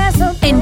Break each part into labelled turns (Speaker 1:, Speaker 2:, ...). Speaker 1: En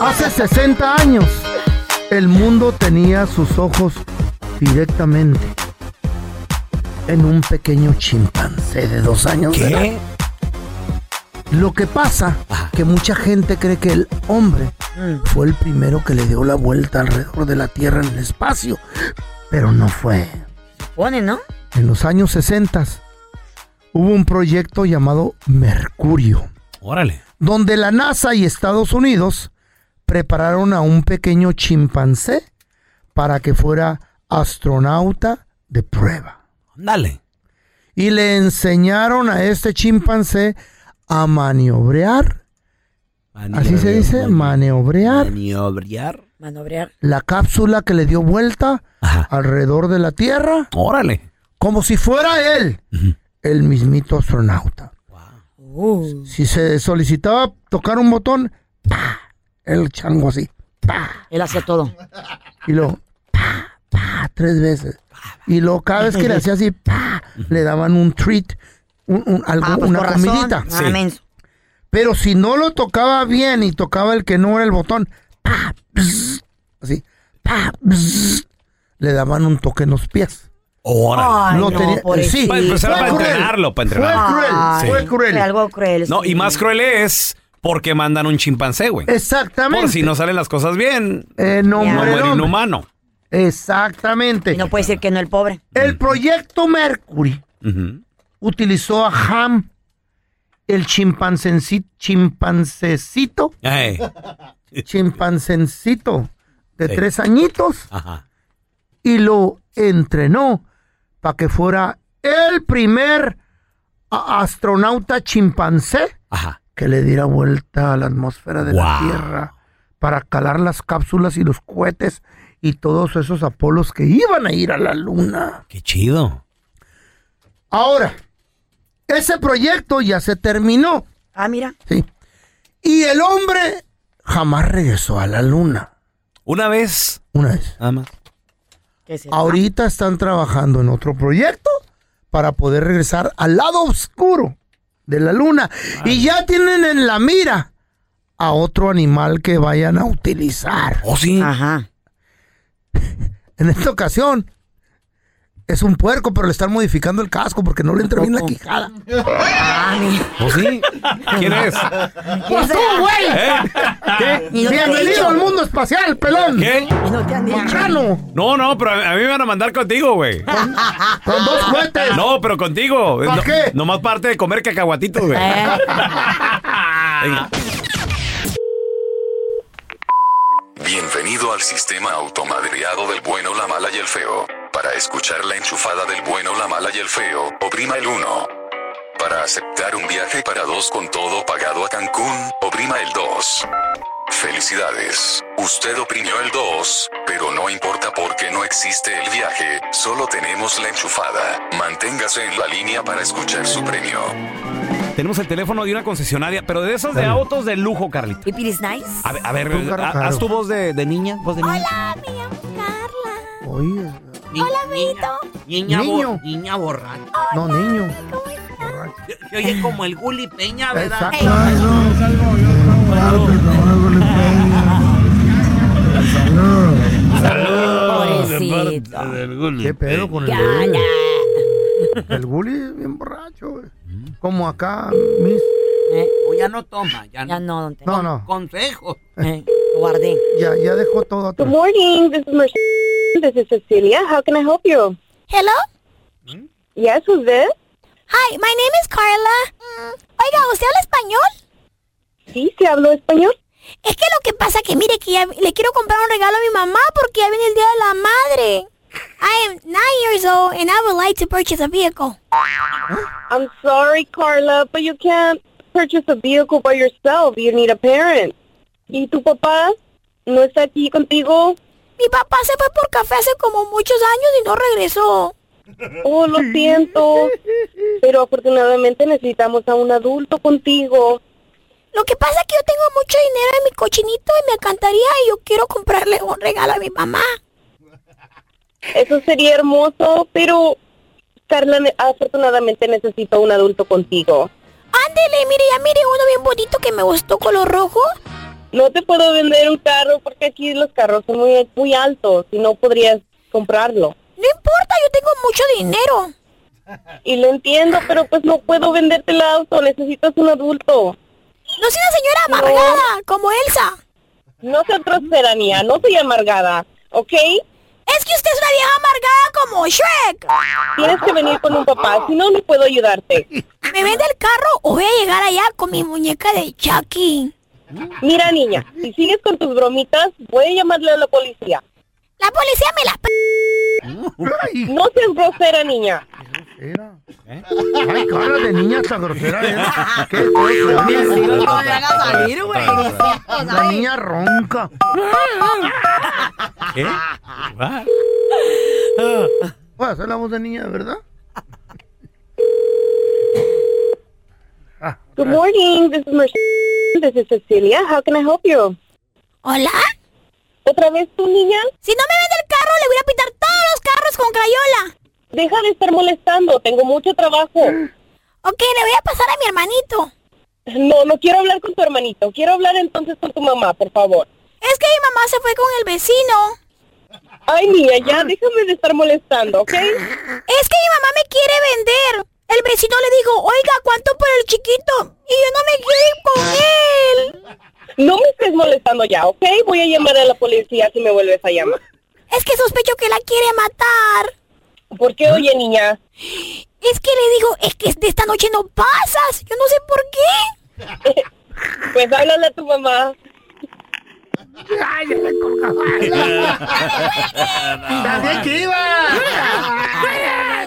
Speaker 2: Hace 60 años, el mundo tenía sus ojos directamente en un pequeño chimpancé de dos años de edad. Lo que pasa que mucha gente cree que el hombre fue el primero que le dio la vuelta alrededor de la Tierra en el espacio, pero no fue.
Speaker 3: Pone, ¿no?
Speaker 2: En los años 60 hubo un proyecto llamado Mercurio,
Speaker 4: Órale.
Speaker 2: donde la NASA y Estados Unidos prepararon a un pequeño chimpancé para que fuera astronauta de prueba.
Speaker 4: Dale.
Speaker 2: Y le enseñaron a este chimpancé a maniobrear, así se dice, maniobrear
Speaker 5: Maniobrear.
Speaker 3: Manobrear.
Speaker 2: la cápsula que le dio vuelta
Speaker 4: Ajá.
Speaker 2: alrededor de la Tierra
Speaker 4: Órale.
Speaker 2: como si fuera él, el mismito astronauta.
Speaker 3: Uh,
Speaker 2: Si se solicitaba tocar un botón, ¡pa! el chango así.
Speaker 3: él hacía todo.
Speaker 2: Y luego, pa, pa, tres veces. Y luego cada vez que le hacía así, pa, le daban un treat, un, un- algo-
Speaker 3: Ah, pues
Speaker 2: una
Speaker 3: por razón.
Speaker 2: comidita.
Speaker 3: Ah, menso.
Speaker 2: Pero si no lo tocaba bien y tocaba el que no era el botón, pa, bzz, así, pa, bzz, le daban un toque en los pies.
Speaker 4: Órale.
Speaker 3: Ay,
Speaker 2: Lo
Speaker 3: no,
Speaker 2: tenía- sí.
Speaker 3: pobrecito.
Speaker 4: Pues, pues, era
Speaker 2: Fue
Speaker 4: para
Speaker 2: cruel.
Speaker 4: entrenarlo, para
Speaker 2: Fue
Speaker 4: entrenarlo.
Speaker 2: cruel,
Speaker 3: Ay,
Speaker 2: fue cruel.
Speaker 3: fue Algo cruel.
Speaker 4: No, y
Speaker 3: sí.
Speaker 4: más cruel es porque mandan un chimpancé, güey.
Speaker 2: Exactamente.
Speaker 4: Por si no salen las cosas bien,
Speaker 2: Eh, no
Speaker 3: Ya.
Speaker 4: no
Speaker 2: muere el
Speaker 4: muere
Speaker 2: hombre.
Speaker 4: inhumano.
Speaker 2: Exactamente.
Speaker 3: Y no puede decir que no el pobre.
Speaker 2: El proyecto Mercury
Speaker 4: Ujú.
Speaker 2: utilizó a Ham, el chimpanceci- chimpancecito,
Speaker 4: Ay,
Speaker 2: chimpancecito de
Speaker 4: Sí.
Speaker 2: tres añitos
Speaker 4: Ajá.
Speaker 2: y lo entrenó para que fuera el primer a- astronauta chimpancé
Speaker 4: Ajá.
Speaker 2: que le diera vuelta a la atmósfera de la
Speaker 4: Wow.
Speaker 2: Tierra para calar las cápsulas y los cohetes y todos esos apolos que iban a ir a la Luna.
Speaker 4: Qué chido.
Speaker 2: Ahora, ese proyecto ya se terminó,
Speaker 3: Ah, mira.
Speaker 2: ¿sí? Y el hombre jamás regresó a la Luna.
Speaker 4: Una vez,
Speaker 2: Una vez.
Speaker 4: nada más.
Speaker 3: ¿Qué es eso?
Speaker 2: Ahorita están trabajando en otro proyecto para poder regresar al lado oscuro de la luna. Y ya tienen en la mira a otro animal que vayan a utilizar.
Speaker 4: Oh, sí.
Speaker 3: Ajá.
Speaker 2: En esta ocasión es un puerco, pero le están modificando el casco porque no le entra
Speaker 3: Oh,
Speaker 2: bien la quijada.
Speaker 3: Ah, mira.
Speaker 4: Oh, sí. ¿Quién es? ¿Eh?
Speaker 2: ¡Pues tú, güey!
Speaker 3: Y no te han
Speaker 2: ¡Bienvenido
Speaker 3: dicho.
Speaker 2: al mundo espacial, pelón!
Speaker 4: ¿Qué?
Speaker 3: Y no te han dicho.
Speaker 2: ¡Chano!
Speaker 4: No, no, pero a a mí me van a mandar contigo, güey.
Speaker 2: ¡Con dos cohetes!
Speaker 4: No, pero contigo.
Speaker 2: ¿Para
Speaker 4: No-
Speaker 2: qué?
Speaker 4: Nomás parte de comer cacahuatitos, güey.
Speaker 3: Eh,
Speaker 4: Venga.
Speaker 5: Bienvenido al sistema automadreado del bueno, la mala y el feo. Para escuchar la enchufada del bueno, la mala y el feo, oprima el 1. Para aceptar un viaje para dos con todo pagado a Cancún, oprima el 2. Felicidades, usted oprimió el 2, pero no importa porque no existe el viaje, solo tenemos la enchufada. Manténgase en la línea para escuchar su premio.
Speaker 4: Tenemos el teléfono de una concesionaria, pero de esas de
Speaker 3: Dale.
Speaker 4: autos de lujo, Carlita.
Speaker 3: If it is nice.
Speaker 4: A ver, a ver,
Speaker 2: Un carro
Speaker 4: ha-
Speaker 2: caro.
Speaker 4: haz tu voz de, de niña, voz de niña.
Speaker 6: Hola, me llamo Carla.
Speaker 2: Oye,
Speaker 6: Hola, amiguito.
Speaker 7: Niña, bo-
Speaker 2: Niño.
Speaker 7: niña borracha.
Speaker 2: no, niño.
Speaker 6: ¿Cómo estás?
Speaker 7: Se Oye, como el Guli Peña, ¿verdad?
Speaker 2: Exacto.
Speaker 3: Pobrecito.
Speaker 2: ¿Qué pedo con el
Speaker 3: Eh, Ya,
Speaker 2: guli?
Speaker 3: ya.
Speaker 2: El guli es bien borracho, güey. Como acá, mis...
Speaker 3: Mm. Eh,
Speaker 7: O ya no toma, ya
Speaker 3: ya
Speaker 7: no.
Speaker 3: no, don Tela.
Speaker 2: No, no,
Speaker 7: Consejo.
Speaker 3: Eh, lo guardé.
Speaker 2: ya, ya dejó todo
Speaker 8: Good
Speaker 2: atrás.
Speaker 8: morning. This is Mercedes. This is Cecilia. How can I help you?
Speaker 6: Hello.
Speaker 2: ¿Mm?
Speaker 8: Yes, who's this?
Speaker 6: Hi, my name is Carla. Mm, Oiga, ¿usted habla español?
Speaker 8: Sí, se habló español.
Speaker 6: Es que lo que pasa que mire que ya le quiero comprar un regalo a mi mamá porque ya viene el Día de la Madre. I am nine years old and I would like to purchase a vehicle.
Speaker 8: I'm sorry, Carla, but you can't purchase a vehicle by yourself. You need a parent. ¿Y tu papá no está aquí contigo?
Speaker 6: Mi papá se fue por café hace como muchos años y no regresó.
Speaker 8: Oh, lo siento. Pero afortunadamente necesitamos a un adulto contigo.
Speaker 6: Lo que pasa es que yo tengo mucho dinero en mi cochinito y me encantaría y yo quiero comprarle un regalo a mi mamá.
Speaker 8: Eso sería hermoso, pero Carla ne- afortunadamente necesito un adulto contigo.
Speaker 6: Ándele, mire, ya mire uno bien bonito que me gustó color rojo.
Speaker 8: No te puedo vender un carro porque aquí los carros son muy, muy altos y no podrías comprarlo.
Speaker 6: No importa, yo tengo mucho dinero.
Speaker 8: Y lo entiendo, pero pues no puedo venderte el auto, necesitas un adulto.
Speaker 6: No soy una señora
Speaker 8: No.
Speaker 6: amargada, como Elsa.
Speaker 8: No seas trasera, niña, no soy amargada, ¿ok?
Speaker 6: Es que usted es una vieja amargada como Shrek.
Speaker 8: Tienes que venir con un papá, si no, no puedo ayudarte.
Speaker 6: ¿Me vende el carro o voy a llegar allá con mi muñeca de Chucky?
Speaker 8: Mira, niña, si sigues con tus bromitas, voy a llamarle a la policía.
Speaker 6: La policía me la... p-
Speaker 2: Ay,
Speaker 8: No seas grosera, niña.
Speaker 2: era. Ay, cara de niña tan grosera. era. Qué cosa.
Speaker 3: No me hagas salir, güey.
Speaker 2: La niña ronca.
Speaker 4: ¿Qué? Ah,
Speaker 2: Voy a hacer la voz de niña, ¿verdad?
Speaker 8: Good morning, this is Mercedes, this is Cecilia, how can I help you?
Speaker 6: ¿Hola?
Speaker 8: ¿Otra vez tú, niña?
Speaker 6: Si no me vende el carro, le voy a pintar todos los carros con crayola.
Speaker 8: Deja de estar molestando, tengo mucho trabajo.
Speaker 6: Ok, le voy a pasar a mi hermanito.
Speaker 8: No, no quiero hablar con tu hermanito. Quiero hablar entonces con tu mamá, por favor.
Speaker 6: Es que mi mamá se fue con el vecino.
Speaker 8: Ay, niña, ya déjame de estar molestando, ¿ok?
Speaker 6: Es que mi mamá me quiere vender. El vecino le dijo, oiga, ¿cuánto por el chiquito? Y yo no me quiero ir con él.
Speaker 8: No me estés molestando ya, ¿ok? Voy a llamar a la policía si me vuelves a llamar.
Speaker 6: Es que sospecho que la quiere matar.
Speaker 8: ¿Por qué, oye, niña?
Speaker 6: Es que le digo, es que de esta noche no pasas. Yo no sé por qué.
Speaker 8: Pues háblale a tu mamá.
Speaker 2: Ay, ya le colgaba. ¡Sabía que iba!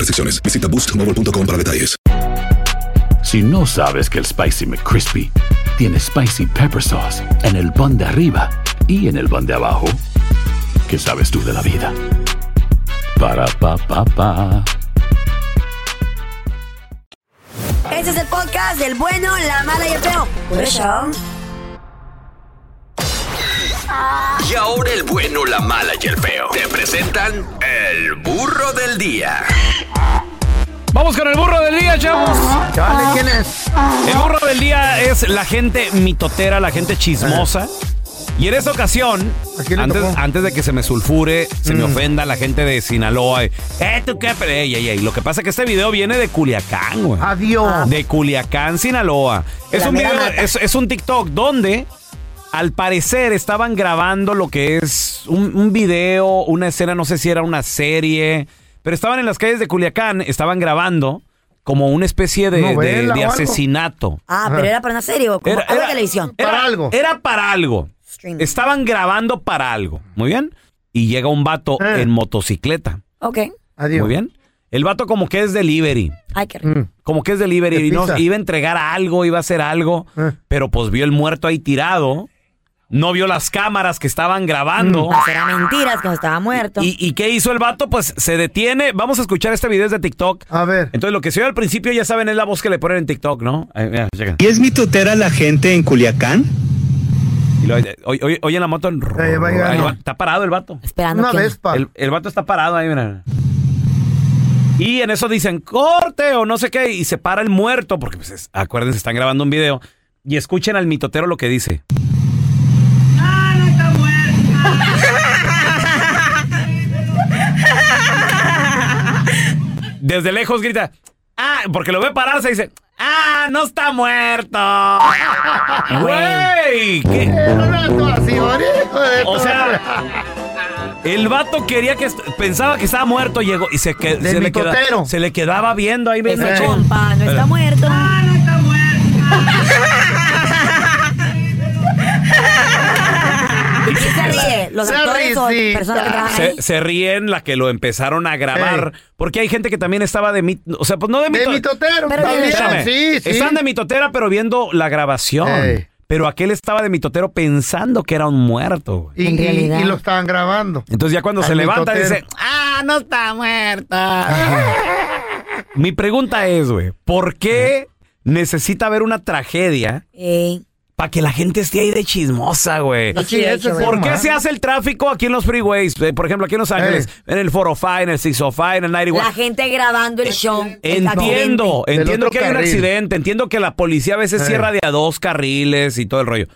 Speaker 9: restricciones. Visita boostmobile.com para detalles.
Speaker 10: Si no sabes que el Spicy McCrispy tiene Spicy Pepper Sauce en el pan de arriba y en el van de abajo. ¿Qué sabes tú de la vida? Para pa pa pa.
Speaker 3: Este es el podcast del bueno, la mala y el feo. Por eso.
Speaker 11: Y ahora el bueno, la mala y el feo. Te presentan el burro del día.
Speaker 4: Vamos con el burro del día, chavos.
Speaker 2: Chavales, Ah, ¿quién es?
Speaker 4: El burro del día es la gente mitotera, la gente chismosa.
Speaker 2: Eh.
Speaker 4: Y en esta ocasión,
Speaker 2: le
Speaker 4: antes,
Speaker 2: tocó?
Speaker 4: antes de que se me sulfure, se me
Speaker 2: Mm.
Speaker 4: ofenda la gente de Sinaloa, eh, eh, tú qué, pe-". Ey, ey, ey. Lo que pasa es que este video viene de Culiacán, güey. Ah.
Speaker 2: Adiós.
Speaker 4: De Culiacán, Sinaloa. Es
Speaker 2: La
Speaker 4: un
Speaker 2: mera
Speaker 4: video,
Speaker 2: nata.
Speaker 4: es, es un TikTok donde al parecer estaban grabando lo que es un, un video, una escena, no sé si era una serie, pero estaban en las calles de Culiacán, estaban grabando como una especie de, de-
Speaker 3: Novela
Speaker 4: de
Speaker 3: o algo.
Speaker 4: asesinato.
Speaker 3: Ah, pero era para una serie o como
Speaker 4: Era-
Speaker 3: algo de
Speaker 4: era-
Speaker 3: televisión.
Speaker 4: Era algo. Era para algo.
Speaker 3: Streaming.
Speaker 4: Estaban grabando para algo. Muy bien. Y llega un vato en motocicleta.
Speaker 3: Ok.
Speaker 4: Muy bien. El vato como que es delivery.
Speaker 3: Ay, qué
Speaker 2: Mm.
Speaker 3: rico. Mm.
Speaker 4: Como que es
Speaker 3: De
Speaker 4: delivery. y no-
Speaker 3: pizza.
Speaker 4: iba a entregar algo, iba a hacer algo. Pero pues vio el muerto ahí tirado. No vio las cámaras que estaban grabando.
Speaker 3: Ah, será mentiras que no estaba muerto.
Speaker 4: ¿Y, y qué hizo el vato? Pues se detiene. Vamos a escuchar este video es de TikTok.
Speaker 2: A ver.
Speaker 4: Entonces lo que se oye al principio, ya saben, es la voz que le ponen en TikTok, ¿no? Ahí, mira, checa.
Speaker 12: ¿Y es mitotera la gente en Culiacán?
Speaker 4: Y lo- oye, oye- oye la moto. Ahí va- está parado el vato.
Speaker 3: Esperando
Speaker 2: Una que- Vespa.
Speaker 4: El, el vato está parado ahí, mira. Y en eso dicen, corte o no sé qué, y se para el muerto, porque pues, es- acuérdense, están grabando un video. Y escuchen al mitotero lo que dice. Desde lejos grita, ah, porque lo ve pararse y dice, ah, no está muerto. Güey, ¿qué? O sea, el vato quería que est- pensaba que estaba muerto, llegó y se, que-
Speaker 2: De
Speaker 4: se le, queda-
Speaker 2: mitotero.
Speaker 4: se le quedaba viendo ahí bien
Speaker 3: Ese
Speaker 4: machín.
Speaker 3: compa no está muerto. Ah, no está muerto. ¿Quién se ríe? Los
Speaker 2: Se Ah,
Speaker 3: actores o
Speaker 2: risita.
Speaker 3: personas que trabajan ahí.
Speaker 4: se, se ríen la que lo empezaron a grabar. Porque hay gente que también estaba de mit, o sea, pues no de,
Speaker 2: De
Speaker 4: mito-
Speaker 2: mitotero,
Speaker 4: Pero
Speaker 2: también,
Speaker 4: espérame,
Speaker 2: sí, sí.
Speaker 4: Están de mitotera, pero viendo la grabación.
Speaker 2: Ey.
Speaker 4: Pero aquel estaba de mitotero pensando que era un muerto. güey.
Speaker 2: Y, y- y lo estaban grabando.
Speaker 4: Entonces ya cuando se
Speaker 2: Al
Speaker 4: levanta
Speaker 2: mitotero.
Speaker 4: dice, ah, no está muerta. mi pregunta es, güey, ¿por qué necesita haber una tragedia
Speaker 3: Ey.
Speaker 4: para que la gente esté ahí de chismosa, güey?
Speaker 3: Así es, ese es
Speaker 4: ¿Por
Speaker 3: el
Speaker 4: qué
Speaker 3: mal.
Speaker 4: se hace el tráfico aquí en los freeways? Eh, Por ejemplo, aquí en Los Ángeles, en el 405, en el 605, en el 91.
Speaker 3: La gente grabando el show. el
Speaker 4: Entiendo,
Speaker 3: accidente.
Speaker 4: entiendo que hay un accidente, entiendo que la policía a veces
Speaker 2: Eh.
Speaker 4: cierra de a dos carriles y todo el rollo.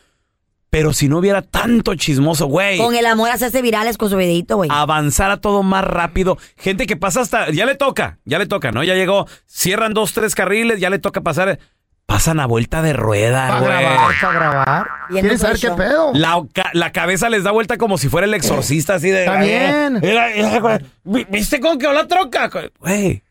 Speaker 4: Pero si no hubiera tanto chismoso, güey
Speaker 3: Con el amor hacerse virales con su videito, güey.
Speaker 2: Ah,
Speaker 4: avanzar a todo más rápido. Gente que pasa hasta. Ya le toca, ya le toca, ¿no? Ya llegó, cierran dos, tres carriles, ya le toca pasar. Pasan a vuelta de rueda,
Speaker 2: Para
Speaker 4: güey.
Speaker 2: grabar, para grabar. ¿Quieren saber qué pedo?
Speaker 4: La, ca- la cabeza les da vuelta como si fuera el exorcista, así de.
Speaker 2: Está bien.
Speaker 4: Era- era- güey, "Vi- ¿Viste con quedó la troca? Güey.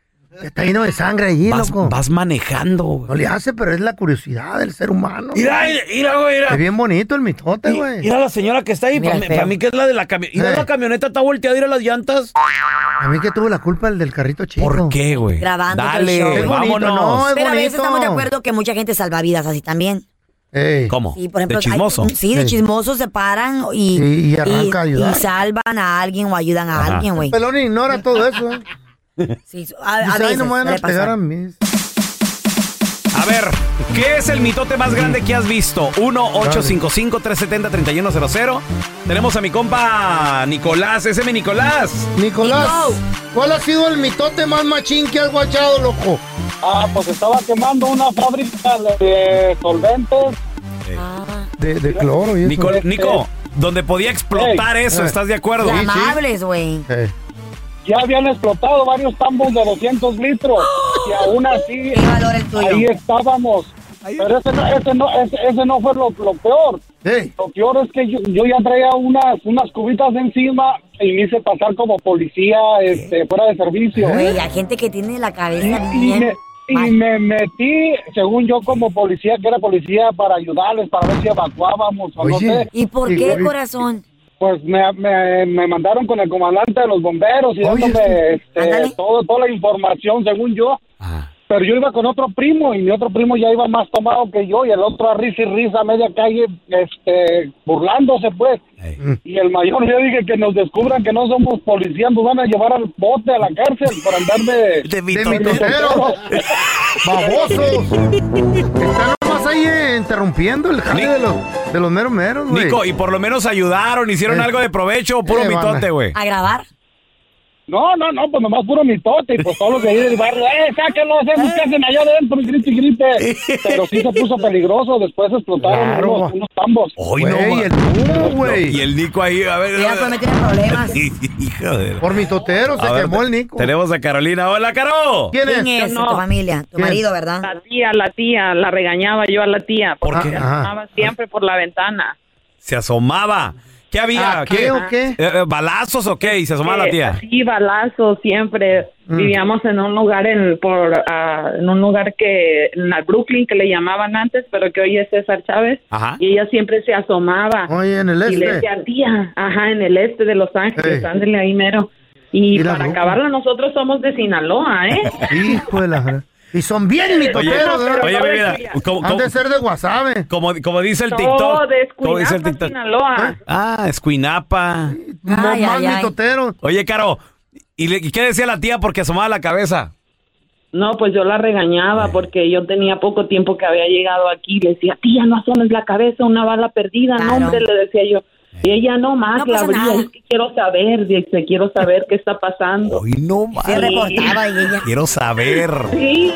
Speaker 2: Está lleno de sangre allí,
Speaker 4: Vas-
Speaker 2: loco.
Speaker 4: Vas manejando,
Speaker 2: No le hace, pero es la curiosidad del ser humano.
Speaker 4: Mira,
Speaker 2: güey.
Speaker 4: mira, güey, mira.
Speaker 2: Es bien bonito el mitote, güey.
Speaker 4: Mira la señora que está ahí.
Speaker 2: Mira
Speaker 4: Para
Speaker 2: el
Speaker 4: mí,
Speaker 2: feo.
Speaker 4: pa' mí que es la de la camioneta. Mira
Speaker 2: Eh.
Speaker 4: la camioneta, está volteada ir a las llantas.
Speaker 2: A mí que tuvo la culpa el del carrito chico.
Speaker 4: ¿Por qué, güey?
Speaker 3: grabando todo
Speaker 4: Dale,
Speaker 3: el show.
Speaker 4: Es bonito, vámonos. no, es
Speaker 3: Pero a veces
Speaker 2: bonito.
Speaker 3: estamos de acuerdo que mucha gente salva vidas así también.
Speaker 4: ¿Cómo?
Speaker 3: Sí, por ejemplo,
Speaker 4: ¿De chismoso?
Speaker 3: hay- sí, de chismosos se paran y,
Speaker 2: Sí, y arranca a ayudar.
Speaker 3: y salvan a alguien o ayudan a
Speaker 2: Ajá.
Speaker 3: alguien, güey.
Speaker 2: Pelón ignora todo eso. ¿eh?
Speaker 3: Sí, a, a
Speaker 2: Dice, "Ay,
Speaker 3: veces
Speaker 2: no me van a
Speaker 3: suele pasar.
Speaker 2: pegar a mí.
Speaker 4: A ver, ¿qué es el mitote más grande que has visto? 1-855-370-3100. Tenemos a mi compa Nicolás, ese mi Nicolás.
Speaker 2: Nicolás, ¿cuál ha sido el mitote más machín que has guachado, loco?
Speaker 13: Ah, pues estaba quemando una fábrica de solventes.
Speaker 2: De, de cloro y eso. Ah.
Speaker 4: Nico, Nico, donde podía explotar eso, ¿estás de acuerdo?
Speaker 3: Amables, güey.
Speaker 2: Eh.
Speaker 13: Ya habían explotado varios tambos de 200 litros.
Speaker 3: ¡Oh!
Speaker 13: Y aún así, ahí estábamos. Pero ese no, ese no, ese, ese no fue lo, lo peor. Lo peor es que yo, yo ya traía unas, unas cubitas encima y me hice pasar como policía este, fuera de servicio.
Speaker 3: Güey, hay gente que tiene la cabeza
Speaker 13: Y
Speaker 3: bien.
Speaker 13: me, y me metí, según yo, como policía, que era policía, para ayudarles, para ver si evacuábamos o
Speaker 3: Oye,
Speaker 13: no sé.
Speaker 3: ¿y por qué, corazón?
Speaker 13: Pues me, me, me mandaron con el comandante de los bomberos y dándome este, todo, toda la información, según yo. Pero yo iba con otro primo y mi otro primo ya iba más tomado que yo y el otro a risa y risa a media calle, este, burlándose pues. Y el mayor yo dije que nos descubran que no somos policías, nos van a llevar al bote a la cárcel por andar de... De
Speaker 2: mitonero. ¡Babosos! Están nomás ahí eh, interrumpiendo el jale de los, de los meros meros, güey.
Speaker 4: Nico, y por lo menos ayudaron, hicieron
Speaker 2: Eh.
Speaker 4: algo de provecho, puro
Speaker 2: Eh, van a-
Speaker 4: mitote, güey.
Speaker 3: ¿A grabar?
Speaker 13: No, no, no, pues nomás puro mitote y pues todos los de ahí del barrio, ¡eh, sáquenlo! hacemos que hacen allá adentro? Y grite y grite. Pero sí se puso peligroso, después explotaron unos, unos tambos.
Speaker 4: Hoy no, ma- No, Y el Nico ahí, a ver.
Speaker 3: Ya fue metido en problemas.
Speaker 4: Hijo de.
Speaker 2: Por mitotero se
Speaker 4: A ver,
Speaker 2: quemó el Nico.
Speaker 4: Tenemos a Carolina. Hola, Caro.
Speaker 3: ¿Quién es?
Speaker 8: No.
Speaker 3: Tu familia, tu
Speaker 8: ¿Quién?
Speaker 3: marido, ¿verdad?
Speaker 8: La tía, la tía, la regañaba yo a la
Speaker 2: Ah,
Speaker 8: tía.
Speaker 4: ¿Por
Speaker 8: porque
Speaker 4: qué?
Speaker 8: se asomaba siempre por la ventana.
Speaker 4: Se asomaba. ¿Qué había?
Speaker 8: Ah, ¿qué o qué?
Speaker 4: Eh, eh, ¿Balazos o qué? Y se asomaba la
Speaker 8: Eh,
Speaker 4: tía.
Speaker 8: Así, balazos, siempre.
Speaker 4: Mm.
Speaker 8: Vivíamos en un lugar en, por, ah, en un lugar que, en la Brooklyn, que le llamaban antes, pero que hoy es César Chávez.
Speaker 4: Ajá.
Speaker 8: Y ella siempre se asomaba.
Speaker 2: Oye, en el
Speaker 8: Y le
Speaker 2: este.
Speaker 8: decía, tía, ajá, en el este de Los Ángeles, ándele ahí mero.
Speaker 2: ¿Y
Speaker 8: Y,
Speaker 2: la
Speaker 8: para
Speaker 2: Brooklyn?
Speaker 8: acabarla, nosotros somos de Sinaloa, ¿eh?
Speaker 2: Hijo de la... Y son bien mitoteros,
Speaker 8: Oye,
Speaker 2: ¿verdad?
Speaker 8: oye, mi vida,
Speaker 4: ¿cómo-
Speaker 2: Han de
Speaker 4: cómo-
Speaker 2: ser de Guasave.
Speaker 4: Como, como dice el
Speaker 2: No,
Speaker 4: TikTok.
Speaker 2: de
Speaker 4: como dice el
Speaker 2: Escuinapa, ¿Eh?
Speaker 8: Sinaloa.
Speaker 4: Ah, Escuinapa.
Speaker 2: No
Speaker 8: Ay,
Speaker 2: más
Speaker 8: ay, ay.
Speaker 2: mitotero.
Speaker 4: Oye, Caro, ¿y le- y qué decía la tía porque asomaba la cabeza?
Speaker 8: No, pues yo la
Speaker 3: Eh.
Speaker 8: regañaba porque yo tenía poco tiempo que había llegado aquí. Le decía, tía, no asomes la cabeza, una bala perdida. No, hombre, le decía yo. Y ella no más
Speaker 3: Eh. No
Speaker 8: la
Speaker 3: pasa
Speaker 8: abría.
Speaker 3: nada.
Speaker 8: Es que quiero saber, dice, quiero saber qué está pasando.
Speaker 4: Hoy no más.
Speaker 3: Se reportaba y ella.
Speaker 4: Quiero saber.
Speaker 8: Sí,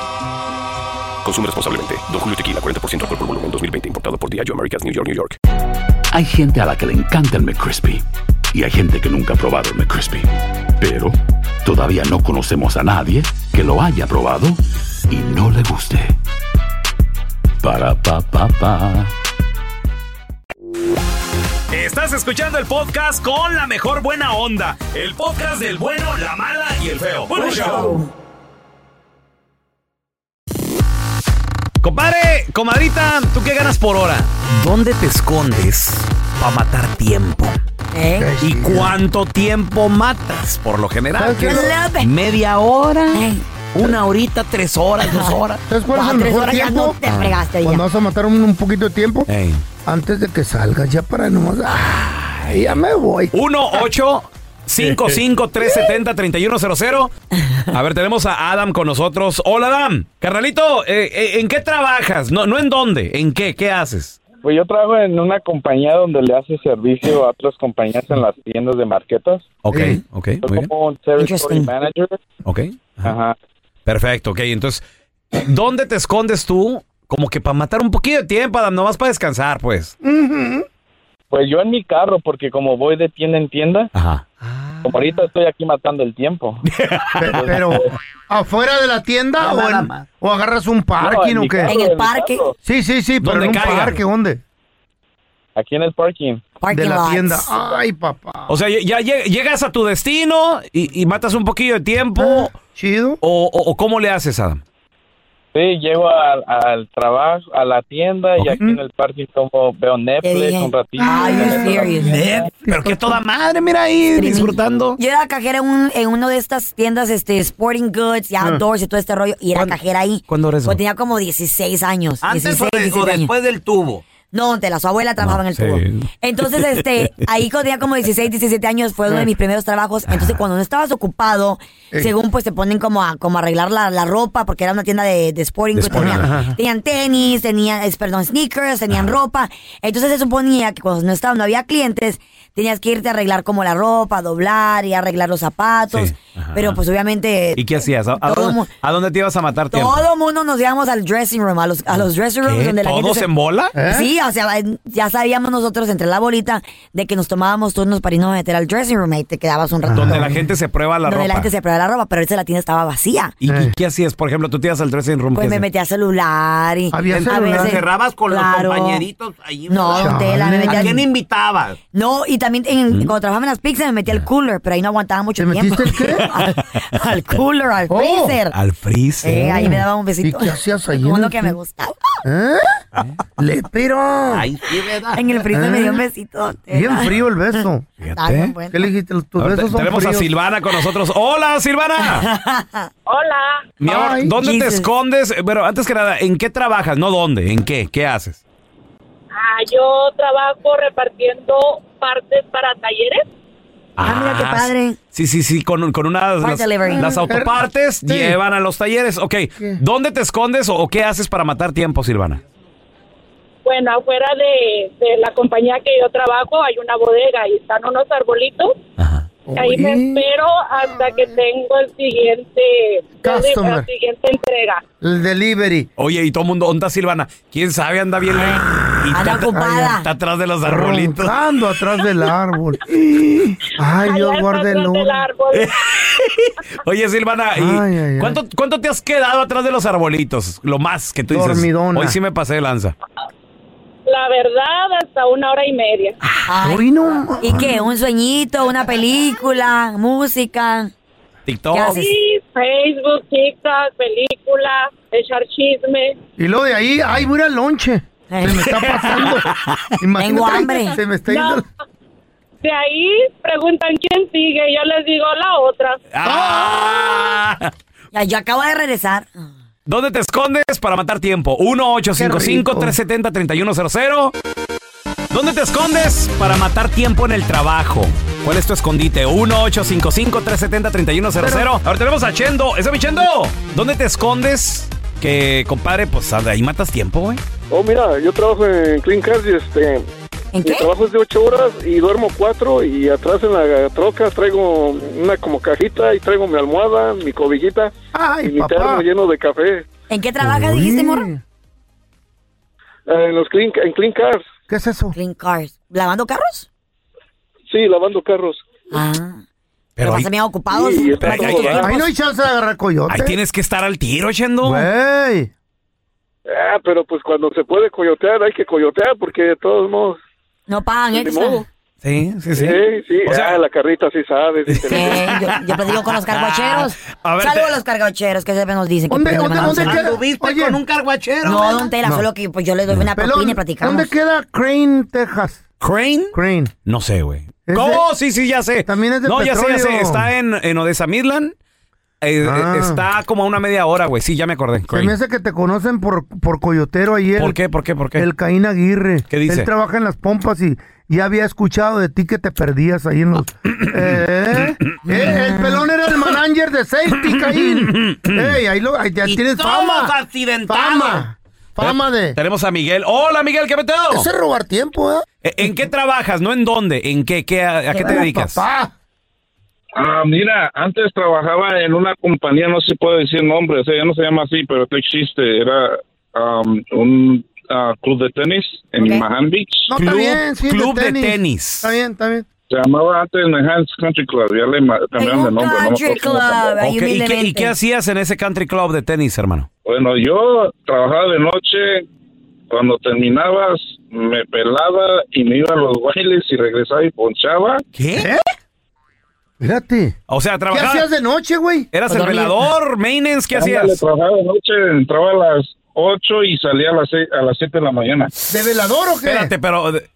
Speaker 14: Consume responsablemente. Don Julio Tequila 40% alcohol por volumen 2020 importado por Diageo Americas New York New York.
Speaker 10: Hay gente a la que le encanta el McCrispy y hay gente que nunca ha probado el McCrispy. Pero todavía no conocemos a nadie que lo haya probado y no le guste. Para pa pa pa.
Speaker 4: Estás escuchando el podcast con la mejor buena onda. El podcast del bueno, la mala y el feo. Bueno, show. Compadre, comadrita, ¿tú qué ganas por hora? ¿Dónde te escondes para matar tiempo? ¿Y cuánto tiempo matas por lo general?
Speaker 3: ¿Sabes qué?
Speaker 4: Media hora, una horita, tres
Speaker 2: Pues
Speaker 4: horas, dos horas.
Speaker 2: ¿Sabes cuál es
Speaker 3: Ah,
Speaker 2: el
Speaker 3: tres
Speaker 2: mejor
Speaker 3: horas ya
Speaker 2: tiempo?
Speaker 3: no te fregaste ya.
Speaker 2: Cuando vas a matar un, un poquito de tiempo, antes de que salgas, ya para nomás. ah. Ay, ya me voy.
Speaker 4: 1 8 5 5 3 70 31 00. A ver, tenemos a Adam con nosotros. Hola, Adam. Carnalito, eh, eh, ¿en qué trabajas? No, no en dónde, ¿en qué? ¿Qué haces?
Speaker 15: Pues yo trabajo en una compañía donde le hace servicio a otras compañías en las tiendas de marquetas.
Speaker 4: Ok, ok, muy
Speaker 15: Soy
Speaker 4: bien.
Speaker 15: como un territory
Speaker 4: Interesting.
Speaker 15: manager.
Speaker 4: Ok. Ajá. Perfecto, ok. Entonces, ¿dónde te escondes tú? Como que para matar un poquito de tiempo, Adam, nomás para descansar, pues.
Speaker 15: Pues yo en mi carro, porque como voy de tienda en tienda, como ahorita estoy aquí matando el tiempo. eh,
Speaker 2: Pero, ¿afuera de la tienda o, en- o agarras un parking
Speaker 15: en
Speaker 2: o
Speaker 15: mi
Speaker 2: qué?
Speaker 15: carro, En el en mi parque. carro.
Speaker 2: Sí, sí, sí, pero
Speaker 15: Donde
Speaker 2: en un
Speaker 15: caiga.
Speaker 2: parque, ¿dónde?
Speaker 15: Aquí en el parking.
Speaker 2: de la tienda. Ay, papá.
Speaker 4: O sea, ya lleg- llegas a tu destino y, y matas un poquillo de tiempo.
Speaker 2: Chido.
Speaker 4: O, o- o cómo le haces, Adam?
Speaker 15: Sí, llego al, al trabajo, a la tienda y aquí en el parking como veo Netflix un ratito.
Speaker 4: Pero que toda madre, mira ahí, disfrutando.
Speaker 3: Yo era cajera en, un- en una de estas tiendas este, Sporting Goods y Outdoors y todo este rollo. Y era cajera ahí.
Speaker 4: Ah. ¿Cuándo era eso?
Speaker 3: Cuando tenía como 16 años.
Speaker 7: ¿Antes
Speaker 3: 16,
Speaker 7: o, de- o
Speaker 3: 17 años.
Speaker 7: después del tubo?
Speaker 3: No, donde la su abuela trabajaba en el tubo. Entonces, este, ahí cuando tenía como 16, 17 años fue uno de mis primeros trabajos. Entonces, cuando no estabas ocupado,
Speaker 16: Ey.
Speaker 3: según pues te ponen como a como a arreglar la, la ropa, porque era una tienda de, de sporting.
Speaker 16: De
Speaker 3: que
Speaker 16: sporting,
Speaker 3: tenía-
Speaker 16: ajá.
Speaker 3: tenían tenis, tenían, es- perdón, sneakers, tenían ropa. Entonces se suponía que cuando no estaba, no había clientes, tenías que irte a arreglar como la ropa, doblar y arreglar los zapatos.
Speaker 4: Sí, ajá.
Speaker 3: Pero pues obviamente
Speaker 4: ¿Y qué hacías? ¿A, a dónde, a dónde te ibas a matar tiempo?
Speaker 3: todo mundo nos íbamos al dressing room, a los, a los dressing rooms
Speaker 4: ¿Qué?
Speaker 3: donde la gente.
Speaker 4: ¿Todos
Speaker 3: se-
Speaker 4: en bola? ¿Eh?
Speaker 3: Sí, o sea, ya sabíamos nosotros entre la bolita de que nos tomábamos turnos para irnos a meter al dressing room y te quedabas un rato.
Speaker 4: Donde la gente se prueba la
Speaker 3: donde
Speaker 4: ropa.
Speaker 3: la gente se probaba la ropa, pero esa la tienda estaba vacía.
Speaker 4: ¿Y,
Speaker 2: Eh.
Speaker 4: y qué hacías? Por ejemplo, tú te ibas al dressing room.
Speaker 3: Pues
Speaker 4: ¿qué
Speaker 3: me
Speaker 4: hacías?
Speaker 3: metí a celular y.
Speaker 4: Había
Speaker 3: a
Speaker 4: celular.
Speaker 3: veces-
Speaker 4: Te encerrabas
Speaker 7: con los
Speaker 3: Claro.
Speaker 7: compañeritos ahí.
Speaker 3: No, tela, me metí
Speaker 7: ¿A quién
Speaker 3: al...
Speaker 7: invitabas?
Speaker 3: No, y también en-
Speaker 4: Mm.
Speaker 3: cuando trabajaba en las pizzas me metí al cooler, pero ahí no aguantaba mucho tiempo. al, al cooler, al freezer.
Speaker 4: Al freezer.
Speaker 3: Eh, ahí me daba un besito.
Speaker 2: Oh. ¿Y qué hacías ahí en
Speaker 3: Uno
Speaker 2: el
Speaker 3: que me gustaba.
Speaker 4: Ah.
Speaker 2: ¿Eh? Le pero.
Speaker 3: Ah. En el freezer me dio un
Speaker 2: ¿Eh?
Speaker 3: besito.
Speaker 2: Bien frío el beso.
Speaker 3: Está bien bueno.
Speaker 2: ¿Qué le dijiste? Tus
Speaker 4: A ver,
Speaker 2: besos
Speaker 4: te-
Speaker 2: son
Speaker 4: tenemos a
Speaker 2: fríos.
Speaker 4: Silvana con nosotros. ¡Hola, Silvana!
Speaker 17: Hola.
Speaker 4: Mi amor,
Speaker 17: Ay,
Speaker 4: ¿dónde te
Speaker 17: Jesus.
Speaker 4: escondes? Eh, Pero antes que nada, ¿en qué trabajas? No dónde, ¿en qué? ¿Qué haces?
Speaker 17: Ah, yo trabajo repartiendo partes para talleres.
Speaker 4: Ah, mira qué
Speaker 17: padre.
Speaker 4: Sí, sí, sí, con, con unas...
Speaker 17: Part
Speaker 4: Las,
Speaker 17: delivery.
Speaker 4: las autopartes llevan a los talleres. Ok, ¿dónde te escondes o, o qué haces para matar tiempo, Silvana?
Speaker 17: Bueno, afuera de, de la compañía que yo trabajo hay una bodega y están unos arbolitos. Ahí me espero hasta que tengo el siguiente,
Speaker 2: Customer.
Speaker 17: la siguiente entrega.
Speaker 2: El delivery.
Speaker 4: Oye, y todo el mundo, ¿dónde está Silvana? ¿Quién sabe? Anda bien lejos. Y está,
Speaker 2: ocupada.
Speaker 4: está atrás de los arbolitos.
Speaker 2: Roncando atrás del árbol. Ay, Dios, guárdenlo.
Speaker 4: Oye, Silvana, ¿y ¿cuánto, cuánto te has quedado atrás de los arbolitos? Lo más que tú dices.
Speaker 2: Dormidona.
Speaker 4: Hoy sí me pasé de lanza.
Speaker 17: La verdad, hasta una hora y media.
Speaker 3: ¿Y qué? ¿Un sueñito? ¿Una película? ¿Música?
Speaker 4: TikTok.
Speaker 3: ¿Qué haces?
Speaker 17: Sí, Facebook, TikTok, película, echar chisme.
Speaker 2: Y lo de ahí, ay, voy a ir al lonche. Se me está pasando. Imagínate, Se me está yendo.
Speaker 17: De ahí preguntan quién sigue, yo les digo la otra.
Speaker 2: ¡Ah!
Speaker 3: Ya, yo acabo de regresar.
Speaker 4: ¿Dónde te escondes para matar tiempo? 1-855-370-3100. ¿Dónde te escondes para matar tiempo en el trabajo? ¿Cuál es tu escondite? 1-855-370-3100. Ahora tenemos a Chendo. ¿Ese mi Chendo? ¿Dónde te escondes? Que, compadre, pues ahí matas tiempo, güey.
Speaker 18: Oh, mira, yo trabajo en Clean Cars y este... Mi trabajo es de 8 horas y duermo 4 y atrás en la troca traigo una como cajita y traigo mi almohada, mi cobijita
Speaker 3: Ay,
Speaker 18: y mi
Speaker 3: papá.
Speaker 18: termo lleno de café.
Speaker 3: ¿En qué trabajas, dijiste, morro?
Speaker 18: Eh, en los clean, en clean Cars,
Speaker 2: ¿Qué es eso?
Speaker 3: Clean Cars. ¿Lavando carros?
Speaker 18: sí, lavando carros.
Speaker 3: Ah. Pero vas a bien ocupados.
Speaker 18: Sí, está
Speaker 3: Matas
Speaker 4: todo
Speaker 3: tus
Speaker 4: bien.
Speaker 3: tiempos.
Speaker 2: Ahí no hay chance de agarrar coyote.
Speaker 4: Ahí tienes que estar al tiro, Chendo.
Speaker 2: Güey.
Speaker 18: Ah, pero pues cuando se puede coyotear hay que coyotear porque de todos modos...
Speaker 3: No pagan
Speaker 18: Ni
Speaker 3: extra.
Speaker 18: modo.
Speaker 4: Sí, sí, sí.
Speaker 18: Sí, sí.
Speaker 4: O sea-
Speaker 18: ah, la carrita sí sabe. sí tenemos.
Speaker 3: Yo, yo platico con los carguacheros.
Speaker 18: A ver,
Speaker 3: Saludos
Speaker 18: te-
Speaker 3: a los carguacheros que siempre nos dicen. que
Speaker 2: ¿Dónde-
Speaker 3: pues,
Speaker 2: dónde-
Speaker 3: le mandamos
Speaker 2: dónde
Speaker 3: saludos.
Speaker 2: queda? ¿Anduviste Oye. con un
Speaker 3: carguachero?
Speaker 2: ¿verdad?
Speaker 3: No, don Tela,
Speaker 2: No.
Speaker 3: solo que pues, yo le doy una
Speaker 2: Pelón,
Speaker 3: propina y platicamos.
Speaker 2: ¿Dónde queda Crane, Texas?
Speaker 4: ¿Crane?
Speaker 2: Crane.
Speaker 4: No sé, güey.
Speaker 2: Es
Speaker 4: ¿Cómo?
Speaker 2: de-
Speaker 4: Sí, sí, ya sé.
Speaker 2: También es de
Speaker 4: no, ya sé, ya sé.
Speaker 2: petróleo.
Speaker 4: Está en, en Odessa Midland. Eh,
Speaker 2: Ah.
Speaker 4: eh, Está como a una media hora, güey. Sí, ya me acordé.
Speaker 2: Se me hace que te conocen por, por coyotero ayer.
Speaker 4: ¿Por qué? ¿Por qué? ¿Por qué?
Speaker 2: El Caín Aguirre.
Speaker 4: ¿Qué dice?
Speaker 2: Él trabaja en las pompas y ya había escuchado de ti que te perdías ahí en los. Eh, eh, eh, el pelón era el manager de safety, Caín. Ey, ahí, lo, ahí ya
Speaker 7: Y
Speaker 2: tienes
Speaker 7: todos
Speaker 2: fama.
Speaker 7: accidentados.
Speaker 2: Fama. Fama de.
Speaker 4: Tenemos a Miguel. Hola, Miguel, ¿qué peteo?
Speaker 2: Ese es robar tiempo, ¿eh?
Speaker 4: Eh, ¿En qué trabajas? ¿No en dónde? ¿En qué? ¿Qué- a, a qué te dedicas?
Speaker 15: Ah, mira, antes trabajaba en una compañía, no se puede decir nombres, ella no se llama así, pero te existe. Era um, un ah, club de tenis en Mahan Beach.
Speaker 2: No, está bien, sí. Está bien, está bien.
Speaker 15: Se llamaba antes Mahan's Country Club, ya le ma- cambiaron de nombre. no me acuerdo cómo se llamaba.
Speaker 4: Ok, ¿Y, qué, y qué hacías en ese country club de tenis, hermano?
Speaker 15: Bueno, yo trabajaba de noche, cuando terminabas me pelaba y me iba a los bailes y regresaba y ponchaba.
Speaker 4: ¿Qué?
Speaker 2: Espérate.
Speaker 4: O sea,
Speaker 2: ¿Qué
Speaker 4: trabajabas.
Speaker 2: hacías de noche, güey?
Speaker 4: ¿Eras
Speaker 7: Pues,
Speaker 4: el velador, maintenance? ¿Qué
Speaker 15: Pues, Ándale,
Speaker 4: hacías?
Speaker 15: Trabajaba de noche, entraba a las 8 y salía a las, seis- a las 7 de la mañana.
Speaker 2: ¿De velador o qué?
Speaker 4: Espérate, pero ¿de,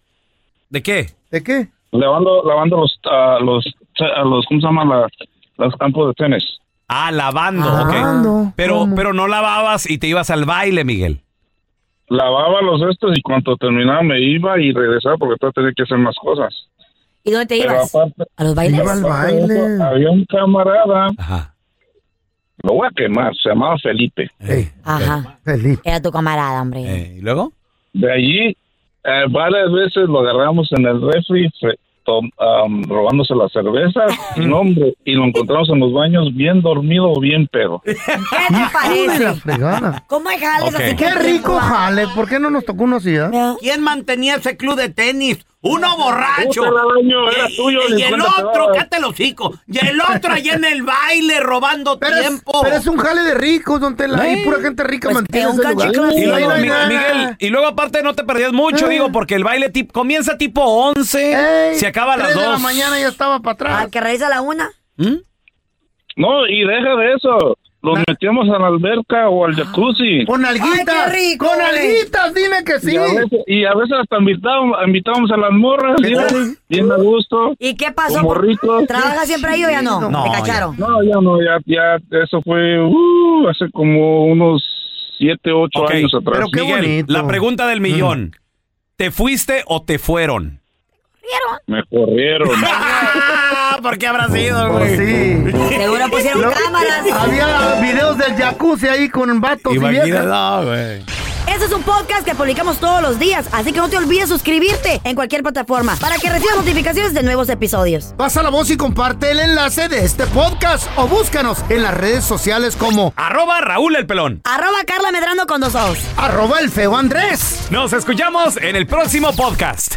Speaker 4: de qué?
Speaker 2: ¿De qué?
Speaker 15: Lavando, lavando los, ah, los, ah, los, ¿cómo se llama? La- los campos de tenis.
Speaker 4: Ah, lavando, ok. Pero, pero no lavabas y te ibas al baile, Miguel.
Speaker 15: Lavaba los estos y cuando terminaba me iba y regresaba porque todavía tenía que hacer más cosas.
Speaker 3: ¿Y dónde te
Speaker 15: Pero
Speaker 3: ibas?
Speaker 15: aparte-
Speaker 3: ¿A los bailes?
Speaker 15: Iba al baile. Había un camarada. Lo voy a quemar, se llamaba Felipe.
Speaker 3: Ajá. Era tu camarada, hombre.
Speaker 4: ¿Y luego?
Speaker 15: De allí, eh, varias veces lo agarramos en el refri, fe- tom- am, robándose las cervezas, y no, hombre, y lo encontramos en los baños bien dormido o bien pedo.
Speaker 3: ¿Qué te parece? ¿Cómo hay jales
Speaker 15: Ok.
Speaker 3: así?
Speaker 2: Qué rico jale. ¿Por qué no nos tocó uno así, ah?
Speaker 7: ¿Quién mantenía ese club de tenis? Uno borracho.
Speaker 2: Puta, Rabaño,
Speaker 7: Y-
Speaker 2: era tuyo,
Speaker 7: y,
Speaker 2: ni
Speaker 7: el
Speaker 2: cuenta te
Speaker 7: otro,
Speaker 2: dabas.
Speaker 7: cállate el hocico. Y el otro allá en el baile robando
Speaker 2: Pero es,
Speaker 3: Oh.
Speaker 7: tiempo.
Speaker 2: pero es un jale de ricos, don Tela. Hay
Speaker 7: Sí.
Speaker 2: pura gente rica
Speaker 7: Pues
Speaker 2: mantiene
Speaker 7: que un
Speaker 2: ese lugar.
Speaker 7: cachico
Speaker 4: Y
Speaker 2: Sí,
Speaker 4: luego,
Speaker 2: ahí
Speaker 4: Mi-
Speaker 2: no hay nada.
Speaker 4: Miguel, y luego aparte no te perdías mucho,
Speaker 2: Eh.
Speaker 4: digo, porque el baile tip- comienza tipo 11,
Speaker 2: Ey,
Speaker 4: se acaba a las
Speaker 2: tres
Speaker 4: 2.
Speaker 2: de la mañana ya estaba para atrás.
Speaker 3: Al que regresa a la una.
Speaker 4: ¿Mm?
Speaker 15: No, y deja de eso. Los metíamos a la alberca o al jacuzzi.
Speaker 2: Con alguitas.
Speaker 3: Ay, qué rico,
Speaker 2: con
Speaker 3: güey.
Speaker 2: alguitas, dime que sí.
Speaker 15: Y a veces, y a veces hasta invitábamos, invitábamos a las morras, mira, bien a gusto.
Speaker 3: ¿Y qué pasó?
Speaker 15: Como ricos.
Speaker 3: ¿Trabaja siempre ahí o ya no?
Speaker 15: No,
Speaker 3: ¿Te cacharon?
Speaker 15: No, ya no, ya, ya, eso fue uh, hace como unos siete, ocho
Speaker 4: Ok,
Speaker 15: años atrás.
Speaker 4: Miguel, la pregunta del millón. ¿Te fuiste o te fueron?
Speaker 15: Me corrieron.
Speaker 4: Ah, ¿Por qué habrá sido,
Speaker 2: güey?
Speaker 3: Seguro pusieron
Speaker 2: Luego,
Speaker 3: cámaras.
Speaker 2: Había videos del jacuzzi ahí con vatos y viejas.
Speaker 4: güey.
Speaker 3: Este es un podcast que publicamos todos los días, así que no te olvides suscribirte en cualquier plataforma para que recibas notificaciones de nuevos episodios.
Speaker 2: Pasa la voz y comparte el enlace de este podcast o búscanos en las redes sociales como
Speaker 4: Arroba Raúl el pelón.
Speaker 3: Arroba Carla Medrano con dos ojos.
Speaker 2: arroba el feo Andrés.
Speaker 4: Nos escuchamos en el próximo podcast.